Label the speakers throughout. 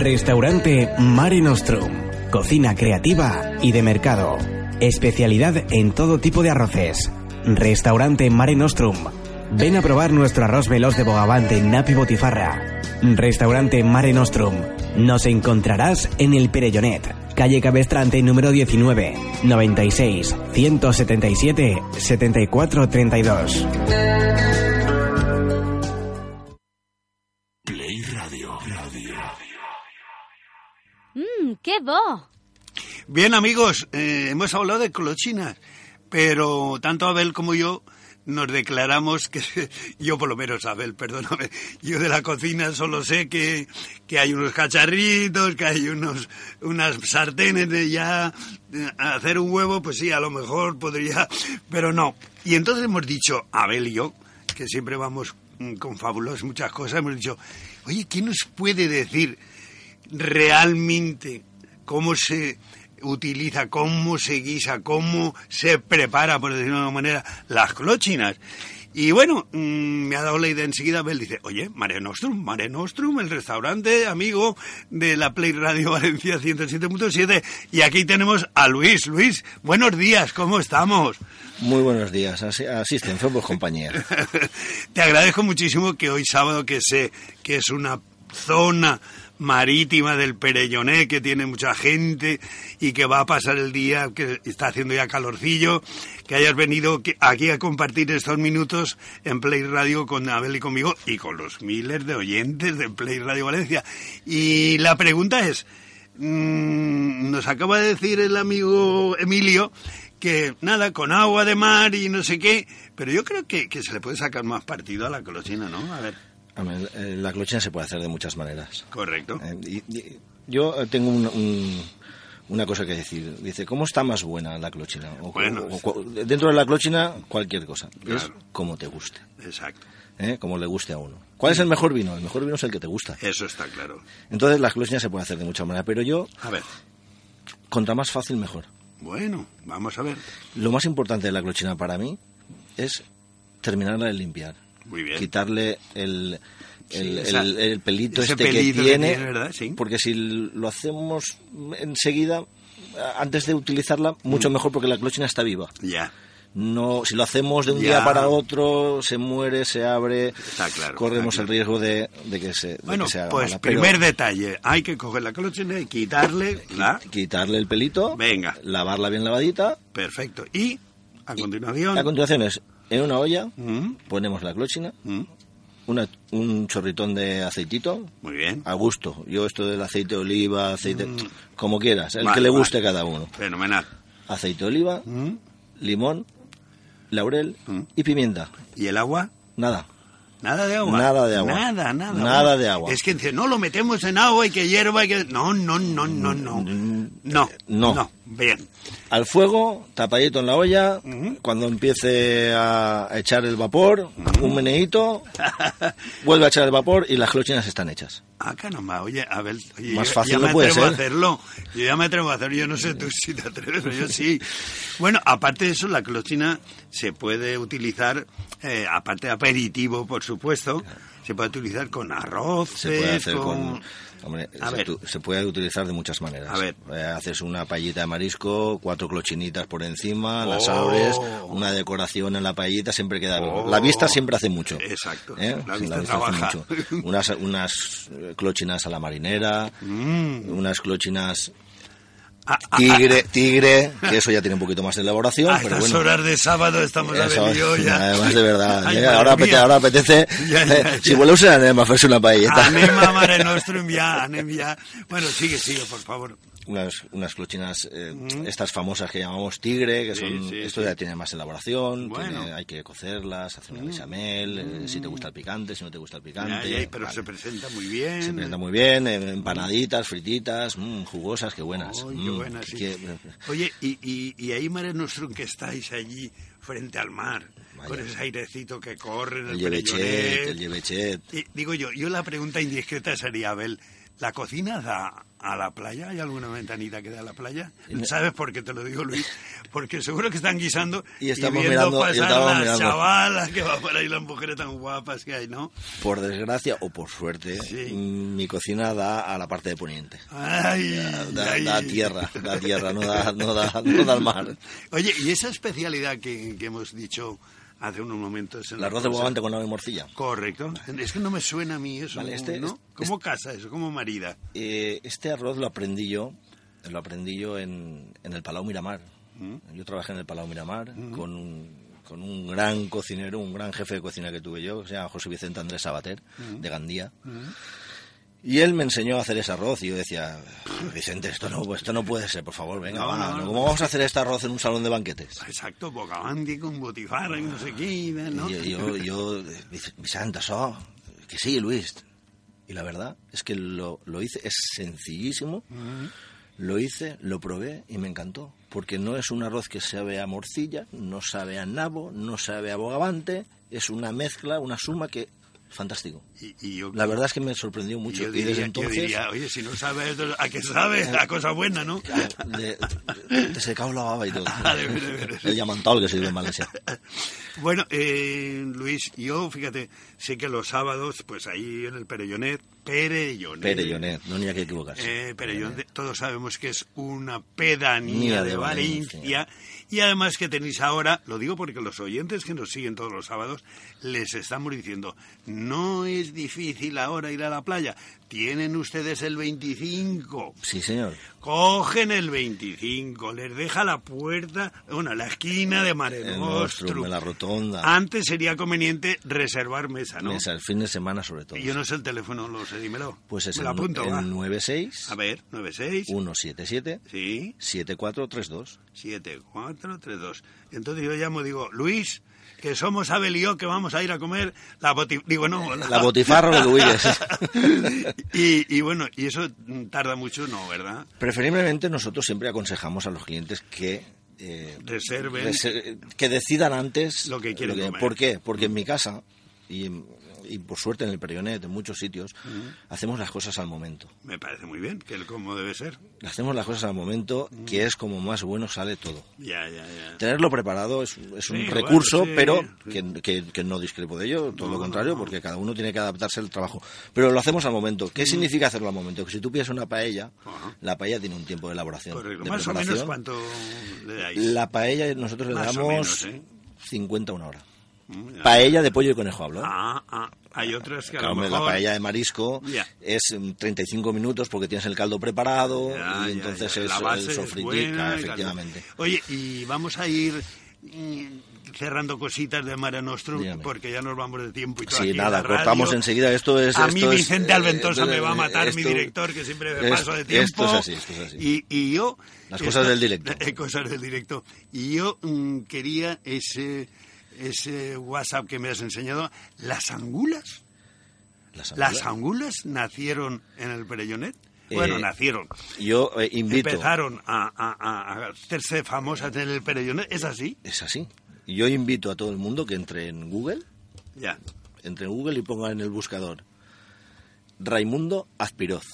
Speaker 1: Restaurante Mare Nostrum. Cocina creativa y de mercado. Especialidad en todo tipo de arroces. Restaurante Mare Nostrum. Ven a probar nuestro arroz veloz de bogavante, napi botifarra. Restaurante Mare Nostrum. Nos encontrarás en el Perellonet, calle Cabestrante número 19, 96 177 74 32.
Speaker 2: Play Radio. Radio.
Speaker 3: Mmm, qué bo.
Speaker 4: Bien, amigos, eh, hemos hablado de colochinas, pero tanto Abel como yo nos declaramos que yo por lo menos Abel, perdóname, yo de la cocina solo sé que, que hay unos cacharritos, que hay unos unas sartenes de ya de hacer un huevo, pues sí, a lo mejor podría, pero no. Y entonces hemos dicho Abel y yo, que siempre vamos mm, con fabulos muchas cosas, hemos dicho, oye, ¿quién nos puede decir realmente cómo se utiliza, cómo se guisa, cómo se prepara, por decirlo de alguna manera, las clochinas. Y bueno, mm, me ha dado la idea enseguida, Bel dice, oye, Mare Nostrum, Mare Nostrum, el restaurante amigo de la Play Radio Valencia 107.7. Y aquí tenemos a Luis. Luis, buenos días, ¿cómo estamos?
Speaker 5: Muy buenos días, así, así estén, somos compañía.
Speaker 4: Te agradezco muchísimo que hoy sábado, que sé que es una zona marítima del Perelloné que tiene mucha gente y que va a pasar el día, que está haciendo ya calorcillo, que hayas venido aquí a compartir estos minutos en Play Radio con Abel y conmigo y con los miles de oyentes de Play Radio Valencia. Y la pregunta es, mmm, nos acaba de decir el amigo Emilio que nada, con agua de mar y no sé qué, pero yo creo que, que se le puede sacar más partido a la colochina, ¿no? A ver.
Speaker 5: eh, La clochina se puede hacer de muchas maneras.
Speaker 4: Correcto.
Speaker 5: Eh, y- y- yo eh, tengo un- un- una cosa que decir. Dice, ¿cómo está más buena la clochina? O-
Speaker 4: Bueno.
Speaker 5: o- o- dentro de la clochina, cualquier cosa. Es
Speaker 4: Claro.
Speaker 5: como te guste,
Speaker 4: Exacto.
Speaker 5: ¿eh? como le guste a uno. ¿Cuál es el mejor vino? El mejor vino es el que te gusta.
Speaker 4: Eso está claro.
Speaker 5: Entonces, la clochina se puede hacer de muchas maneras, pero yo,
Speaker 4: A ver.
Speaker 5: contra más fácil, mejor.
Speaker 4: Bueno, vamos a ver.
Speaker 5: Lo más importante de la clochina para mí es terminarla de limpiar.
Speaker 4: Muy bien.
Speaker 5: Quitarle el, el,
Speaker 4: Sí, esa-
Speaker 5: el- el pelito
Speaker 4: ese
Speaker 5: este
Speaker 4: pelito
Speaker 5: que
Speaker 4: que
Speaker 5: tiene.
Speaker 4: tiene, ¿verdad? Sí.
Speaker 5: Porque si lo hacemos enseguida, antes de utilizarla, mucho
Speaker 4: Mm.
Speaker 5: mejor porque la clochina está viva.
Speaker 4: Ya.
Speaker 5: No, si lo hacemos de un
Speaker 4: Ya.
Speaker 5: día para otro, se muere, se abre,
Speaker 4: Está claro,
Speaker 5: corremos
Speaker 4: está
Speaker 5: el riesgo de, de que se de
Speaker 4: Bueno,
Speaker 5: que sea
Speaker 4: pues
Speaker 5: mala. Pero
Speaker 4: primer detalle. Hay que coger la colochina y
Speaker 5: Eh,
Speaker 4: quitarle la...
Speaker 5: quitarle el pelito,
Speaker 4: Venga.
Speaker 5: lavarla bien lavadita.
Speaker 4: Perfecto. Y a continuación...
Speaker 5: A continuación es, en una olla,
Speaker 4: Mm,
Speaker 5: ponemos la clochina,
Speaker 4: mm,
Speaker 5: una- un chorritón de aceitito
Speaker 4: Muy bien.
Speaker 5: a gusto. Yo esto del aceite de oliva, aceite, como quieras, el
Speaker 4: Mm. Vale,
Speaker 5: que le guste
Speaker 4: vale.
Speaker 5: a cada uno.
Speaker 4: Fenomenal.
Speaker 5: Aceite de oliva,
Speaker 4: Mm,
Speaker 5: limón, laurel
Speaker 4: Mm.
Speaker 5: y pimienta.
Speaker 4: ¿Y el agua?
Speaker 5: Nada.
Speaker 4: Nada de agua.
Speaker 5: Nada de agua.
Speaker 4: Nada, nada.
Speaker 5: Nada de agua.
Speaker 4: Es que dice, no lo metemos en agua y que hierva y que... No, no, no, no, no. No.
Speaker 5: Mm, no.
Speaker 4: No. Bien.
Speaker 5: Al fuego, tapadito en la olla,
Speaker 4: Mm.
Speaker 5: cuando empiece a echar el vapor, un meneíto, vuelve a echar el vapor y las clochinas están hechas.
Speaker 4: Ah, caramba, oye, a ver, oye,
Speaker 5: Más
Speaker 4: yo
Speaker 5: fácil
Speaker 4: ya
Speaker 5: no
Speaker 4: me
Speaker 5: puede
Speaker 4: atrevo a
Speaker 5: ser.
Speaker 4: hacerlo, yo ya me atrevo a hacerlo, yo no sé tú si te atreves, pero yo sí. Bueno, aparte de eso, la clochina se puede utilizar, eh, aparte de aperitivo, por supuesto, se puede utilizar con arroz,
Speaker 5: Se puede hacer con... hombre,
Speaker 4: A
Speaker 5: se,
Speaker 4: ver.
Speaker 5: tu- se puede utilizar de muchas maneras.
Speaker 4: A ver.
Speaker 5: Eh, haces una paellita de marisco, cuatro clochinitas por encima, las
Speaker 4: Oh.
Speaker 5: abres, una decoración en la paellita, siempre queda...
Speaker 4: Oh.
Speaker 5: La vista siempre hace mucho.
Speaker 4: Exacto,
Speaker 5: ¿eh?
Speaker 4: la vista
Speaker 5: hace
Speaker 4: trabaja.
Speaker 5: mucho. Unas, unas eh, clochinas a la marinera,
Speaker 4: Mm.
Speaker 5: unas clochinas
Speaker 4: A, a-
Speaker 5: Tigre, tigre, que eso ya tiene un poquito más de elaboración,
Speaker 4: a
Speaker 5: pero
Speaker 4: estas
Speaker 5: bueno.
Speaker 4: horas de sábado estamos a
Speaker 5: Eso,
Speaker 4: ver, yo ya.
Speaker 5: además de verdad,
Speaker 4: Ay,
Speaker 5: ya,
Speaker 4: madre
Speaker 5: ahora, apetece,
Speaker 4: mía.
Speaker 5: ahora apetece,
Speaker 4: Ya, ya,
Speaker 5: eh,
Speaker 4: ya.
Speaker 5: si vuelves a Anema, hacerse una paelleta.
Speaker 4: Anema Mare Nostrum ya, anem ya. Bueno, sigue, sigue, por favor.
Speaker 5: unas, unas clochinas, eh, estas famosas que llamamos tigre, que son,
Speaker 4: Sí, sí,
Speaker 5: esto
Speaker 4: sí.
Speaker 5: ya tiene más elaboración,
Speaker 4: Bueno.
Speaker 5: tiene- hay que cocerlas, hacer una bechamel, eh, si te gusta el picante, si no te gusta el
Speaker 4: Ya,
Speaker 5: picante.
Speaker 4: ya, pero
Speaker 5: vale.
Speaker 4: se presenta muy bien.
Speaker 5: Se presenta muy bien, eh, empanaditas, frititas, mm, jugosas, qué buenas.
Speaker 4: Ay, qué
Speaker 5: mm,
Speaker 4: buena, sí.
Speaker 5: qué-
Speaker 4: Oye, y, y, y ahí Mare Nostrum que estáis allí frente al mar, con ese airecito que corre en el,
Speaker 5: El llevechet,
Speaker 4: Perellonet.
Speaker 5: el llevechet.
Speaker 4: Y digo yo, yo la pregunta indiscreta sería, Abel, ¿la cocina da a la playa? ¿Hay alguna ventanita que da a la playa? ¿Sabes por qué te lo digo, Luis? Porque seguro que están guisando
Speaker 5: Y estamos
Speaker 4: viendo
Speaker 5: mirando, y
Speaker 4: pasar
Speaker 5: estamos
Speaker 4: las
Speaker 5: mirando.
Speaker 4: chavalas que van por ahí, las mujeres tan guapas que hay, ¿no?
Speaker 5: Por desgracia o por suerte, mm,
Speaker 4: Sí.
Speaker 5: mi cocina da a la parte de poniente.
Speaker 4: Ay,
Speaker 5: Da,
Speaker 4: ay.
Speaker 5: da tierra, da tierra, no da, no da, no da al mar.
Speaker 4: Oye, y esa especialidad que, que hemos dicho hace unos momentos... en
Speaker 5: El
Speaker 4: la
Speaker 5: arroz de
Speaker 4: cosa-
Speaker 5: bogavante con agua y morcilla.
Speaker 4: Correcto. Es que no me suena a mí eso,
Speaker 5: Vale, este-
Speaker 4: ¿no?
Speaker 5: este-
Speaker 4: ¿Cómo casa eso? ¿Cómo marida?
Speaker 5: Eh, este arroz lo aprendí yo, lo aprendí yo en, en el Palau Miramar.
Speaker 4: Mm.
Speaker 5: Yo trabajé en el Palau Miramar con, un, con un gran cocinero, un gran jefe de cocina que tuve yo, que se llama José Vicente Andrés Sabater,
Speaker 4: Mm.
Speaker 5: de Gandía. Y él me enseñó a hacer ese arroz y yo decía, Vicente, esto no, esto no puede ser, por favor, venga,
Speaker 4: No,
Speaker 5: va,
Speaker 4: no, no.
Speaker 5: ¿cómo vamos a hacer este arroz en un salón de banquetes?
Speaker 4: Exacto, bogavante con botifarra y no sé qué, ¿no?
Speaker 5: Y yo, yo, yo dice, mi santa, so, que sí, Luis. Y la verdad es que lo, lo hice, es sencillísimo. Lo hice, lo probé y me encantó. Porque no es un arroz que sabe a morcilla, no sabe a nabo, no sabe a bogavante. Es una mezcla, una suma que... Fantástico.
Speaker 4: Y, y yo,
Speaker 5: La verdad es que me sorprendió
Speaker 4: y
Speaker 5: mucho.
Speaker 4: yo
Speaker 5: y
Speaker 4: diría,
Speaker 5: desde
Speaker 4: yo
Speaker 5: entonces...
Speaker 4: diría, oye, si no sabes, esto, ¿a qué sabes? La cosa buena, ¿no?
Speaker 5: de- de- te secaba la baba y todo.
Speaker 4: Vale, vale, vale.
Speaker 5: El llamantal que se dio en Malasia.
Speaker 4: Bueno, eh, Luis, yo, fíjate, sé que los sábados, pues ahí en el Perellonet, Perellonet.
Speaker 5: Perellonet, no ni hay que equivocarse.
Speaker 4: Eh, pero yo- todos sabemos que es una pedanía
Speaker 5: Mía
Speaker 4: de
Speaker 5: de
Speaker 4: Valencia. Y además que tenéis ahora, lo digo porque los oyentes que nos siguen todos los sábados les estamos diciendo, no es difícil ahora ir a la playa. Tienen ustedes el 25.
Speaker 5: Sí, señor.
Speaker 4: Cogen el 25, les deja la puerta, bueno, la esquina de Mare
Speaker 5: El
Speaker 4: Nostrum.
Speaker 5: Nostrum, en la rotonda.
Speaker 4: Antes sería conveniente reservar mesa, ¿no?
Speaker 5: Es el fin de semana sobre todo.
Speaker 4: Yo no sé el teléfono, lo sé, dímelo.
Speaker 5: Pues es
Speaker 4: Me
Speaker 5: el,
Speaker 4: lo apunto,
Speaker 5: el
Speaker 4: va. A
Speaker 5: 96
Speaker 4: ver, 96.
Speaker 5: 177
Speaker 4: Sí,
Speaker 5: 7432.
Speaker 4: 7, 4, 3, 2. Entonces yo llamo, digo, Luis, que somos Abel y yo, que vamos a ir a comer la boti... Digo, no,
Speaker 5: La botifarra lo que huyes.
Speaker 4: y, y bueno, y eso mm, tarda mucho, no, ¿verdad?
Speaker 5: Preferiblemente nosotros siempre aconsejamos a los clientes que eh,
Speaker 4: Reserven.
Speaker 5: reser- que decidan antes
Speaker 4: Lo que quieren comer. Mm.
Speaker 5: ¿Por qué? Porque en mi casa y, en- y por suerte en el Perionet, en muchos sitios,
Speaker 4: Mm.
Speaker 5: hacemos las cosas al momento.
Speaker 4: Me parece muy bien, que el cómo debe ser.
Speaker 5: Hacemos las cosas al momento,
Speaker 4: Mm.
Speaker 5: que es como más bueno sale todo.
Speaker 4: Ya, ya, ya.
Speaker 5: Tenerlo preparado es, es un
Speaker 4: Sí,
Speaker 5: recurso,
Speaker 4: bueno, sí,
Speaker 5: pero
Speaker 4: sí.
Speaker 5: que, que- que no discrepo de ello, todo
Speaker 4: No, no,
Speaker 5: lo contrario,
Speaker 4: no.
Speaker 5: porque cada uno tiene que adaptarse al trabajo. Pero lo hacemos al momento. ¿Qué significa hacerlo al momento? Que si tú pides una paella,
Speaker 4: Mm. Ajá.
Speaker 5: la paella tiene un tiempo de elaboración.
Speaker 4: Correcto.
Speaker 5: de
Speaker 4: Más o menos
Speaker 5: preparación.
Speaker 4: cuánto le dais.
Speaker 5: La paella nosotros le
Speaker 4: Más o menos,
Speaker 5: damos
Speaker 4: ¿eh?
Speaker 5: 50 una hora.
Speaker 4: Mm, ya.
Speaker 5: Paella de pollo y conejo hablo. ¿eh?
Speaker 4: Ah, ah, hay otras que a
Speaker 5: Claro,
Speaker 4: lo
Speaker 5: hombre,
Speaker 4: mejor...
Speaker 5: la paella de marisco
Speaker 4: Ya.
Speaker 5: es mm, 35 minutos porque tienes el caldo preparado
Speaker 4: Ya,
Speaker 5: y
Speaker 4: ya,
Speaker 5: entonces
Speaker 4: ya.
Speaker 5: es
Speaker 4: La base
Speaker 5: el
Speaker 4: es
Speaker 5: sofrito,
Speaker 4: buena,
Speaker 5: claro,
Speaker 4: y tal.
Speaker 5: efectivamente.
Speaker 4: Oye, y vamos a ir mm, cerrando cositas de Mare Nostrum
Speaker 5: Dígame.
Speaker 4: porque ya nos vamos de tiempo y todo
Speaker 5: Sí,
Speaker 4: aquí en
Speaker 5: nada,
Speaker 4: la radio.
Speaker 5: cortamos enseguida. Esto es.
Speaker 4: a
Speaker 5: esto
Speaker 4: mí
Speaker 5: es,
Speaker 4: Vicente
Speaker 5: eh,
Speaker 4: Alventosa me va a matar, mi
Speaker 5: esto-
Speaker 4: director, que siempre me
Speaker 5: es-
Speaker 4: paso de tiempo.
Speaker 5: Esto es así, esto es así.
Speaker 4: Y, y yo...
Speaker 5: Las cosas del directo.
Speaker 4: Eh, cosas del directo. Y yo mm, quería ese, ese WhatsApp que me has enseñado, las angulas.
Speaker 5: Las
Speaker 4: Las
Speaker 5: angulas.
Speaker 4: angulas nacieron en el Perellonet.
Speaker 5: Eh,
Speaker 4: Bueno, nacieron.
Speaker 5: Yo eh, invito.
Speaker 4: Empezaron a, a- a- a hacerse famosas en el Perellonet. ¿Es así?
Speaker 5: Es así. Yo invito a todo el mundo que entre en Google,
Speaker 4: Ya.
Speaker 5: entre en Google y ponga en el buscador Raimundo Azpiroz.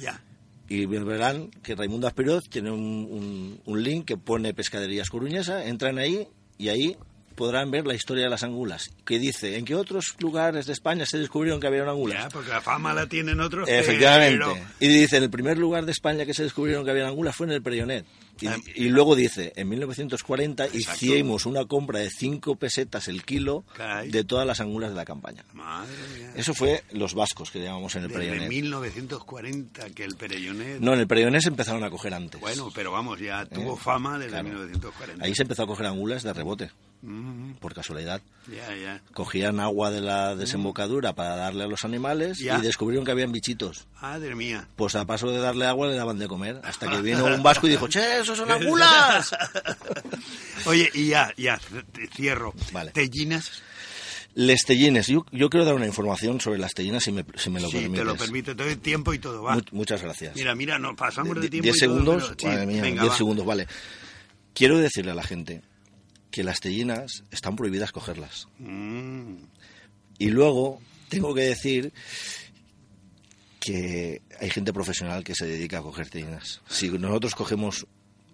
Speaker 4: Ya.
Speaker 5: Y verán que Raimundo Azpiroz tiene un, un- un link que pone Pescaderías Coruñesa. Entran ahí y ahí podrán ver la historia de las angulas. Que dice: ¿En qué otros lugares de España se descubrieron que habían angulas?
Speaker 4: Ya, porque la fama la tienen otros.
Speaker 5: Efectivamente.
Speaker 4: pero-
Speaker 5: Y dice, en el primer lugar de España que se descubrieron que había angulas fue en el Perionet. Y,
Speaker 4: Ah.
Speaker 5: y luego dice, en 1940
Speaker 4: Exacto.
Speaker 5: hicimos una compra de 5 pesetas el kilo
Speaker 4: Caray.
Speaker 5: de todas las angulas de la campaña.
Speaker 4: Madre mía.
Speaker 5: Eso fue los vascos que llamamos en el
Speaker 4: Desde
Speaker 5: Perionet.
Speaker 4: 1940 que el Perellonet.
Speaker 5: No, en el Perionet se empezaron a coger antes.
Speaker 4: Bueno, pero vamos, ya tuvo
Speaker 5: Eh,
Speaker 4: fama desde
Speaker 5: claro.
Speaker 4: 1940.
Speaker 5: Ahí se empezó a coger angulas de rebote,
Speaker 4: Mm,
Speaker 5: por casualidad.
Speaker 4: ya, ya.
Speaker 5: Cogían agua de la desembocadura para darle a los animales
Speaker 4: Mm. Ya.
Speaker 5: y descubrieron que habían bichitos.
Speaker 4: Madre mía.
Speaker 5: Pues a paso de darle agua le daban de comer. Hasta que vino un vasco y dijo, ¡Che, esos son angulas!
Speaker 4: Oye, y ya, ya, te- cierro.
Speaker 5: Vale.
Speaker 4: Tellinas,
Speaker 5: Les tellines. Yo, yo quiero dar una información sobre las tellinas, si me, si me lo
Speaker 4: si
Speaker 5: permites.
Speaker 4: te lo permite, te doy tiempo y todo, va.
Speaker 5: Mu- muchas gracias.
Speaker 4: Mira, mira, nos pasamos de
Speaker 5: Die-
Speaker 4: tiempo.
Speaker 5: ¿Diez
Speaker 4: y todo,
Speaker 5: segundos?
Speaker 4: pero- sí,
Speaker 5: Madre mía,
Speaker 4: venga,
Speaker 5: diez
Speaker 4: va.
Speaker 5: segundos, vale. Quiero decirle a la gente que las tellinas están prohibidas cogerlas.
Speaker 4: Mm.
Speaker 5: Y luego tengo que decir que hay gente profesional que se dedica a coger tellinas. Si nosotros cogemos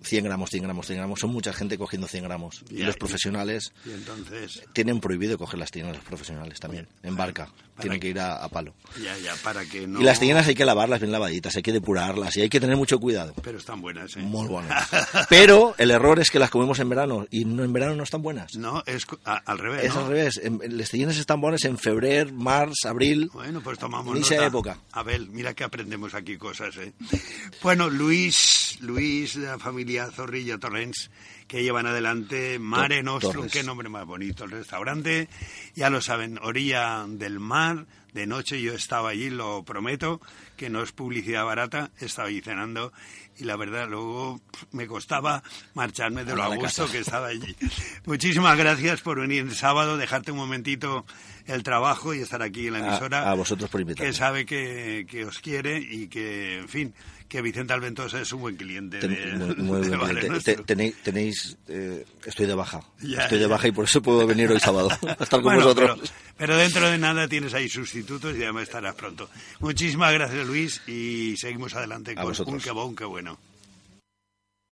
Speaker 5: 100 gramos, 100 gramos, 100 gramos, son mucha gente cogiendo 100 gramos. Y
Speaker 4: Ya,
Speaker 5: los
Speaker 4: y-
Speaker 5: profesionales
Speaker 4: Y entonces,
Speaker 5: tienen prohibido coger las tellinas, los profesionales también, en barca. Tienen que ir a, a palo.
Speaker 4: ya, ya, para que no...
Speaker 5: Y las tellinas hay que lavarlas bien lavaditas, hay que depurarlas y hay que tener mucho cuidado.
Speaker 4: Pero están buenas, ¿eh?
Speaker 5: Muy buenas. Pero el error es que las comemos en verano y no, en verano no están buenas.
Speaker 4: No, es cu- a- al revés,
Speaker 5: Es
Speaker 4: ¿no?
Speaker 5: al revés. En- las tellinas están buenas en febrero, marzo, abril.
Speaker 4: Bueno, pues tomamos
Speaker 5: En esa
Speaker 4: nota.
Speaker 5: época.
Speaker 4: Abel, mira que aprendemos aquí cosas, ¿eh? Bueno, Luis, Luis, la familia Zorrilla Torrens, que llevan adelante Mare
Speaker 5: Tor-
Speaker 4: Nostrum,
Speaker 5: Torres.
Speaker 4: qué nombre más bonito el restaurante. Ya lo saben, orilla del mar, de noche yo estaba allí, lo prometo, que no es publicidad barata, estaba allí cenando y la verdad luego pf, me costaba marcharme de lo
Speaker 5: Ahora
Speaker 4: a
Speaker 5: la
Speaker 4: gusto
Speaker 5: casa.
Speaker 4: que estaba allí. Muchísimas gracias por venir el sábado, dejarte un momentito el trabajo y estar aquí en la
Speaker 5: A-
Speaker 4: emisora.
Speaker 5: Ah, a vosotros por invitarme.
Speaker 4: Que sabe que, que os quiere y que, en fin, que Vicente Alventosa es un buen cliente
Speaker 5: Ten-
Speaker 4: de,
Speaker 5: muy- muy
Speaker 4: de
Speaker 5: bien,
Speaker 4: Eh, Vale
Speaker 5: te-
Speaker 4: Nostro.
Speaker 5: te- tenéis, tenéis, eh, estoy de baja.
Speaker 4: Ya,
Speaker 5: estoy de
Speaker 4: ya.
Speaker 5: baja y por eso puedo venir hoy sábado a estar con
Speaker 4: Bueno,
Speaker 5: vosotros.
Speaker 4: Pero, pero dentro de nada tienes ahí sustitutos y además estarás pronto. Muchísimas gracias, Luis, y seguimos adelante
Speaker 5: A
Speaker 4: con
Speaker 5: vosotros.
Speaker 4: un que va, un que bueno.